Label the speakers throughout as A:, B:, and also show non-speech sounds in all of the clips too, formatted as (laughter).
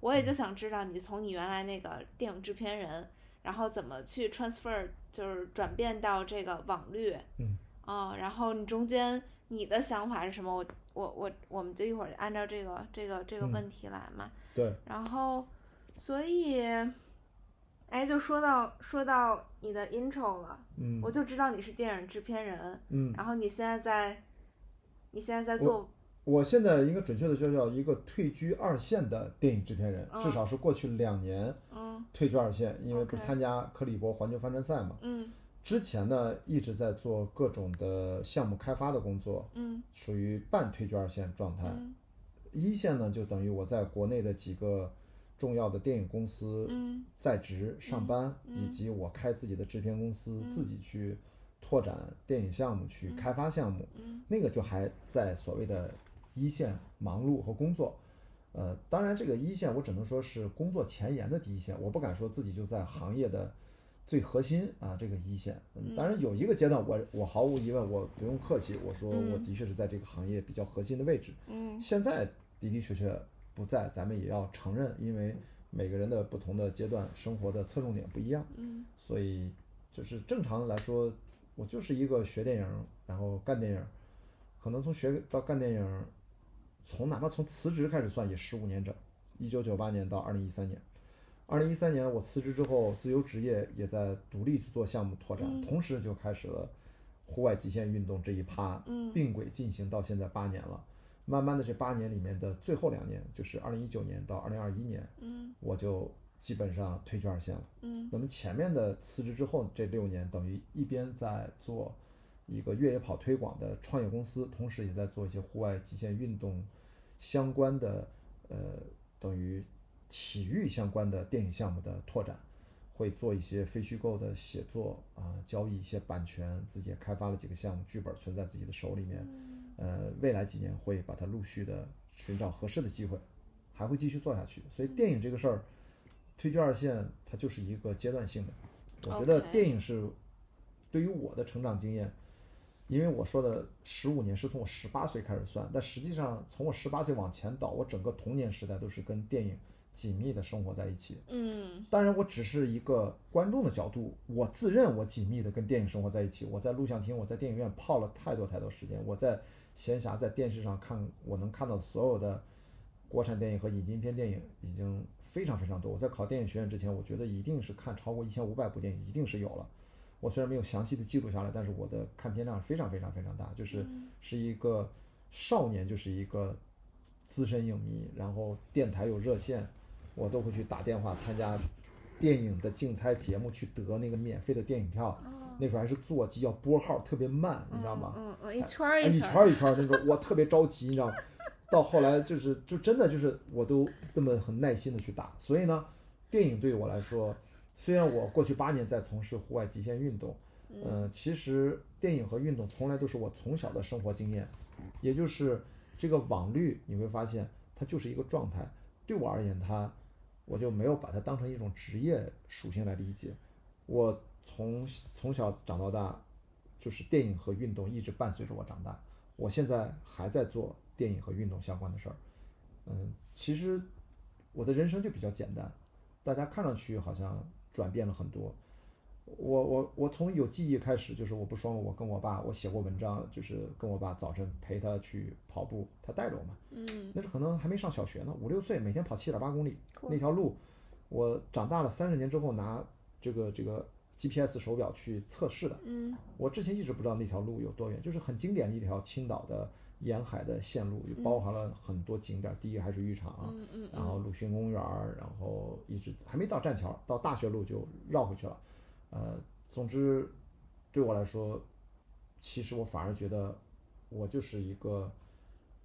A: 我
B: 嗯
A: 也就想知道你从你原来那个电影制片人，然后怎么去 transfer，就是转变到这个网律，
B: 嗯，
A: 哦，然后你中间你的想法是什么？我我我，我们就一会儿按照这个这个这个
B: 嗯
A: 问题来嘛。
B: 对，
A: 然后，所以，哎，就说到说到你的 intro 了，
B: 嗯
A: 我就知道你是电影制片人，
B: 嗯，
A: 然后你现在在，你现在在做，
B: 我现在应该准确的说叫一个退居二线的电影制片人，
A: 嗯
B: 至少是过去两年
A: 嗯
B: 退居二线，因为不
A: OK
B: 是参加克利伯环球帆船赛嘛。
A: 嗯
B: 之前呢一直在做各种的项目开发的工作，
A: 嗯
B: 属于半退居二线状态。
A: 嗯
B: 一线呢就等于我在国内的几个重要的电影公司
A: 嗯
B: 在职上班，
A: 嗯
B: 以及我开自己的制片公司，自己去拓展电影项目，去开发项目，
A: 嗯
B: 那个就还在所谓的一线忙碌和工作。呃，当然，这个一线我只能说是工作前沿的第一线，我不敢说自己就在行业的最核心啊，这个一线。嗯当然，有一个阶段我，我毫无疑问，我不用客气，我说我
A: 嗯
B: 的确是在这个行业比较核心的位置。
A: 嗯
B: 现在的的确确不在，咱们也要承认，因为每个人的不同的阶段，生活的侧重点不一样，
A: 嗯
B: 所以就是正常来说，我就是一个学电影，然后干电影，可能从学到干电影，从哪怕从辞职开始算也十五年整，一九九八年到二零一三年。二零一三年我辞职之后，自由职业也在独立去做项目拓展，
A: 嗯
B: 同时就开始了户外极限运动这一趴，
A: 嗯
B: 并轨进行到现在八年了。慢慢的，这八年里面的最后两年，就是二零一九年到二零二一年，
A: 嗯
B: 我就基本上退居二线了。
A: 嗯
B: 那么前面的辞职之后这六年，等于一边在做一个越野跑推广的创业公司，同时也在做一些户外极限运动相关的，呃，等于体育相关的电影项目的拓展，会做一些非虚构的写作啊、交易一些版权，自己也开发了几个项目，剧本存在自己的手里面，呃，未来几年会把它陆续的寻找合适的机会，还会继续做下去。所以电影这个事儿，退居二线，它就是一个阶段性的。我觉得
A: OK
B: 电影是对于我的成长经验，因为我说的十五年是从我十八岁开始算，但实际上从我十八岁往前倒，我整个童年时代都是跟电影紧密的生活在一起。
A: 嗯
B: 当然，我只是一个观众的角度，我自认我紧密的跟电影生活在一起。我在录像厅，我在电影院泡了太多太多时间。我在闲暇在电视上看我能看到所有的国产电影和引进片电影，已经非常非常多。我在考电影学院之前，我觉得一定是看超过一千五百部电影，一定是有了。我虽然没有详细的记录下来，但是我的看片量非常非常非常大，就是是一个少年，就是一个资深影迷，然后电台有热线，我都会去打电话参加电影的竞猜节目，去得那个免费的电影票。那时候还是座机，要拨号，特别慢，你知道吗？
A: 嗯嗯，一圈儿
B: 哎一
A: 一
B: 圈
A: 儿，
B: 儿一圈儿那种，我特别着急，你知道吗？到后来就是就真的就是我都这么很耐心的去打，所以呢，电影对我来说，虽然我过去八年在从事户外极限运动，嗯、其实电影和运动从来都是我从小的生活经验，也就是这个网律，你会发现它就是一个状态。对我而言，它我就没有把它当成一种职业属性来理解。我从从小长到大，就是电影和运动一直伴随着我长大。我现在还在做电影和运动相关的事儿。嗯，其实我的人生就比较简单，大家看上去好像转变了很多。我我我从有记忆开始，就是我不说嘛，我跟我爸，我写过文章，就是跟我爸早晨陪他去跑步，他带着我嘛。
A: 嗯
B: 那是可能还没上小学呢，五六岁，每天跑七点八公里
A: 酷
B: 那条路，我长大了三十年之后拿这个这个 GPS 手表去测试的。
A: 嗯
B: 我之前一直不知道那条路有多远，就是很经典的一条青岛的沿海的线路，就包含了很多景点，第一海水浴场，啊
A: 嗯嗯
B: 然后鲁迅公园儿，然后一直还没到栈桥，到大学路就绕回去了。呃，总之对我来说，其实我反而觉得我就是一个，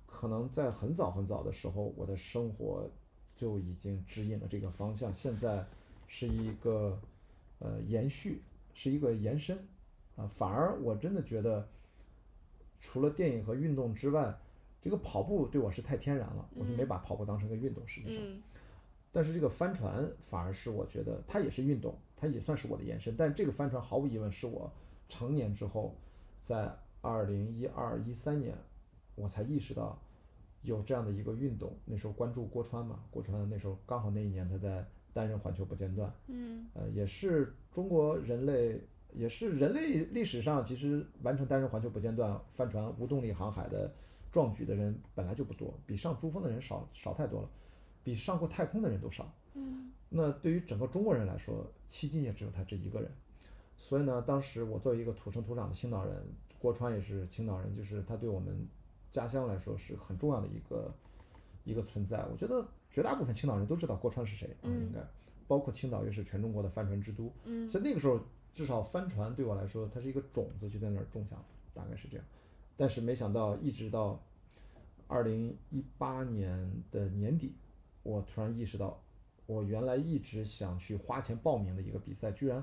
B: 可能在很早很早的时候，我的生活就已经指引了这个方向，现在是一个呃延续，是一个延伸啊、反而我真的觉得，除了电影和运动之外，这个跑步对我是太天然了，我就没把跑步当成个运动，实际上。
A: 嗯
B: 但是这个帆船反而是我觉得它也是运动，它也算是我的延伸。但这个帆船毫无疑问是我成年之后，在二零一二一三年，我才意识到，有这样的一个运动。那时候关注郭川嘛，郭川那时候刚好那一年他在担任《环球不间断》，
A: 嗯
B: 呃，也是中国人类，也是人类历史上其实完成单人环球不间断帆船无动力航海的壮举的人本来就不多，比上珠峰的人少少太多了，比上过太空的人都少。
A: 嗯
B: 那对于整个中国人来说，迄今也只有他这一个人。所以呢，当时我作为一个土生土长的青岛人，郭川也是青岛人，就是他对我们家乡来说是很重要的一个一个存在。我觉得绝大部分青岛人都知道郭川是谁，啊
A: 嗯
B: 应该包括青岛又是全中国的帆船之都，
A: 嗯
B: 所以那个时候至少帆船对我来说，它是一个种子，就在那儿种下了，大概是这样。但是没想到，一直到二零一八年的年底，我突然意识到，我原来一直想去花钱报名的一个比赛，居然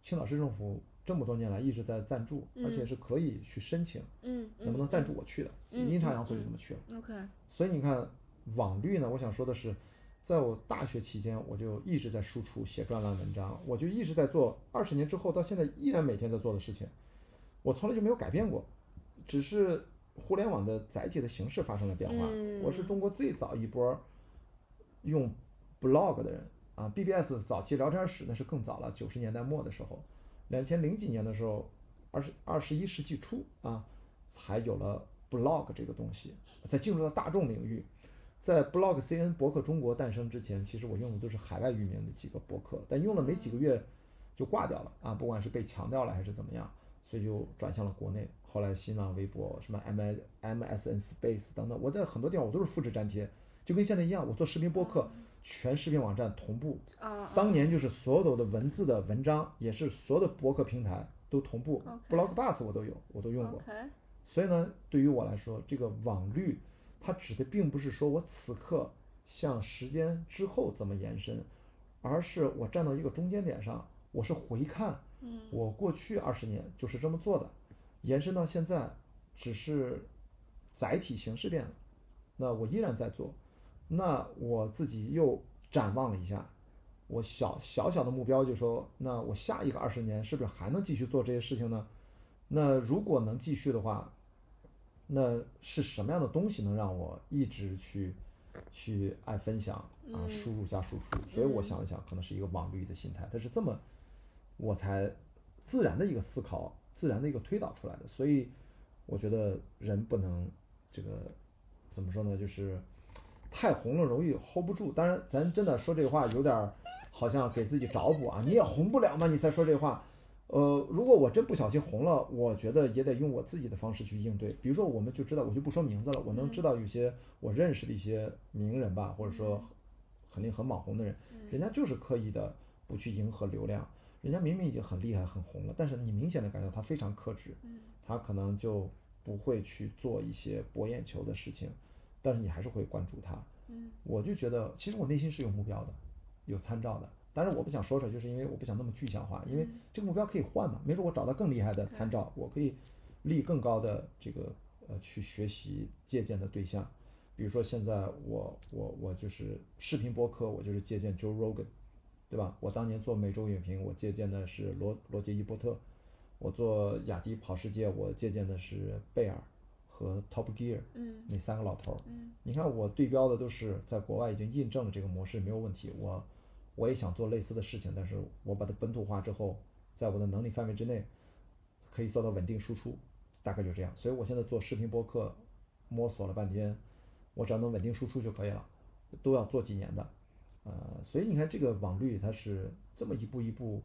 B: 青岛市政府这么多年来一直在赞助，而且是可以去申请，
A: 嗯，
B: 能不能赞助我去的？
A: 嗯
B: 阴差阳错就这么去了。
A: ？OK，
B: 所以你看，网律呢，我想说的是，在我大学期间，我就一直在输出写专栏文章，我就一直在做，二十年之后到现在依然每天在做的事情，我从来就没有改变过，只是互联网的载体的形式发生了变化。
A: 嗯
B: 我是中国最早一波用 blog 的人啊，BBS 早期聊天室那是更早了，九十年代末的时候，两千零几年的时候，二十二十一世纪初啊，才有了 blog 这个东西，才进入到大众领域。在 blog CN 博客中国诞生之前，其实我用的都是海外域名的几个博客，但用了没几个月就挂掉了啊，不管是被强调了还是怎么样，所以就转向了国内。后来新浪微博、什么 M M S N Space 等等，我在很多地方我都是复制粘贴，就跟现在一样，我做视频播客，全视频网站同步
A: 啊，
B: 当年就是所有的文字的文章，也是所有的博客平台都同步
A: OK
B: ，Blogbus 我都有，我都用过。
A: OK，
B: 所以呢，对于我来说，这个网律它指的并不是说我此刻向时间之后怎么延伸，而是我站到一个中间点上，我是回看
A: 嗯
B: 我过去二十年就是这么做的，延伸到现在，只是载体形式变了，那我依然在做，那我自己又展望了一下，我小小小的目标就说，那我下一个二十年是不是还能继续做这些事情呢？那如果能继续的话，那是什么样的东西能让我一直去去爱分享啊，
A: 嗯
B: 输入加输出？所以我
A: 嗯
B: 想了想，可能是一个网律的心态，它是这么，我才自然的一个思考，自然的一个推导出来的。所以我觉得人不能这个怎么说呢，就是太红了容易 hold 不住。当然，咱真的说这话有点儿好像给自己找补啊，你也红不了嘛，你才说这话。呃，如果我真不小心红了，我觉得也得用我自己的方式去应对。比如说，我们就知道，我就不说名字了，我能知道有些我认识的一些名人吧，或者说肯定很网红的人，人家就是刻意的不去迎合流量，人家明明已经很厉害、很红了，但是你明显的感觉到他非常克制，他可能就不会去做一些博眼球的事情，但是你还是会关注他。
A: 嗯
B: 我就觉得，其实我内心是有目标的，有参照的。但是我不想说出来，就是因为我不想那么具象化，因为这个目标可以换嘛，没准我找到更厉害的参照，我可以立更高的这个呃去学习借鉴的对象。比如说现在我我我就是视频播客，我就是借鉴 Joe Rogan，对吧？我当年做每周影评，我借鉴的是罗罗杰伊伯特；我做雅迪跑世界，我借鉴的是贝尔和 Top Gear
A: 嗯
B: 那三个老头儿。
A: 嗯
B: 你看我对标的都是在国外已经印证了这个模式没有问题，我我也想做类似的事情，但是我把它本土化之后，在我的能力范围之内，可以做到稳定输出，大概就这样。所以我现在做视频播客，摸索了半天，我只要能稳定输出就可以了，都要做几年的，呃，所以你看这个网率它是这么一步一步，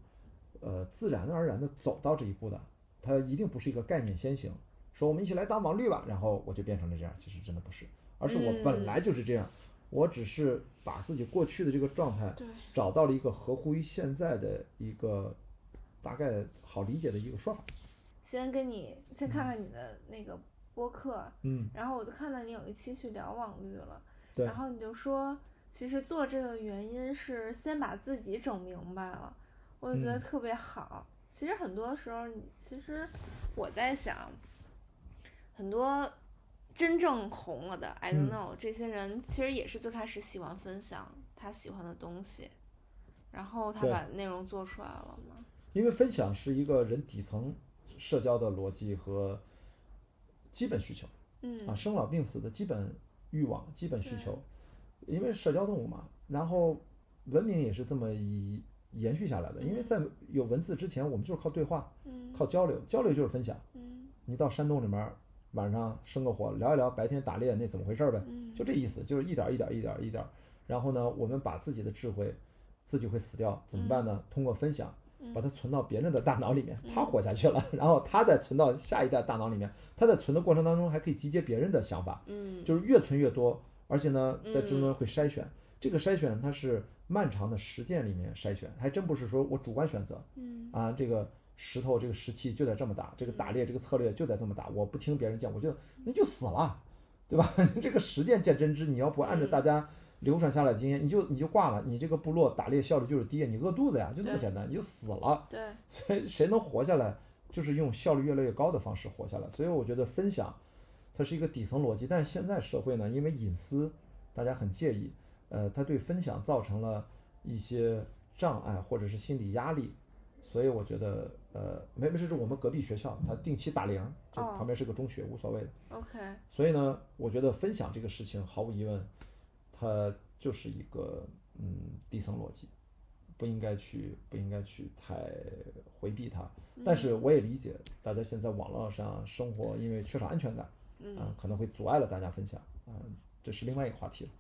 B: 呃，自然而然的走到这一步的，它一定不是一个概念先行，说我们一起来打网律吧，然后我就变成了这样，其实真的不是，而是我本来就是这样，我只是把自己过去的这个状态
A: 对，
B: 找到了一个合乎于现在的一个大概好理解的一个说法，
A: 先跟你先看看你的那个播客，
B: 嗯，
A: 然后我就看到你有一期去聊网绿了，
B: 对
A: 然，后你就说，其实做这个原因是先把自己整明白了，我就觉得
B: 嗯
A: 特别好。其实很多时候，你其实我在想，很多真正红了的，I don't
B: 嗯
A: know，、这些人其实也是最开始喜欢分享他喜欢的东西，然后他
B: 对
A: 把内容做出来了嘛。
B: 因为分享是一个人底层社交的逻辑和基本需求。
A: 嗯
B: 啊啊，生老病死的基本欲望、基本需求，因为社交动物嘛。然后文明也是这么一延续下来的，因为在有文字之前，我们就是靠对话、
A: 嗯
B: 靠交流，交流就是分享。
A: 嗯
B: 你到山洞里面，晚上生个火聊一聊，白天打猎那怎么回事儿呗，
A: 嗯，
B: 就这意思，就是一点儿一点儿一点儿一点儿。然后呢，我们把自己的智慧，自己会死掉怎么办呢？通过分享，把它存到别人的大脑里面，他活下去了， (laughs) 然后他再存到下一代大脑里面。他在存的过程当中，还可以集结别人的想法，
A: 嗯
B: 就是越存越多，而且呢，在
A: 嗯
B: 中间会筛选。这个筛选它是漫长的实践里面筛选，还真不是说我主观选择
A: 嗯
B: 啊，这个石头这个石器就得这么打，这个打猎这个策略就得这么打，我不听别人讲，我就
A: 嗯
B: 那就死了，对吧？ (laughs) 这个实践见真知，你要不按照
A: 嗯
B: 大家流传下来的经验，你就你就挂了，你这个部落打猎效率就是低，你饿肚子呀，就这么
A: 对
B: 简单，你就死了。
A: 对，
B: (laughs) 所以谁能活下来，就是用效率越来越高的方式活下来。所以我觉得分享，它是一个底层逻辑。但是现在社会呢，因为隐私，大家很介意，呃，它对分享造成了一些障碍或者是心理压力。所以我觉得，呃，没没事，这是我们隔壁学校，它定期打铃，就
A: 哦
B: 旁边是个中学，无所谓的。
A: OK，
B: 所以呢，我觉得分享这个事情，毫无疑问，它就是一个嗯底层逻辑，不应该去不应该去太回避它。但是我也理解，大家现在网络上生活，因为缺少安全感，
A: 嗯
B: 啊，可能会阻碍了大家分享，啊，这是另外一个话题了。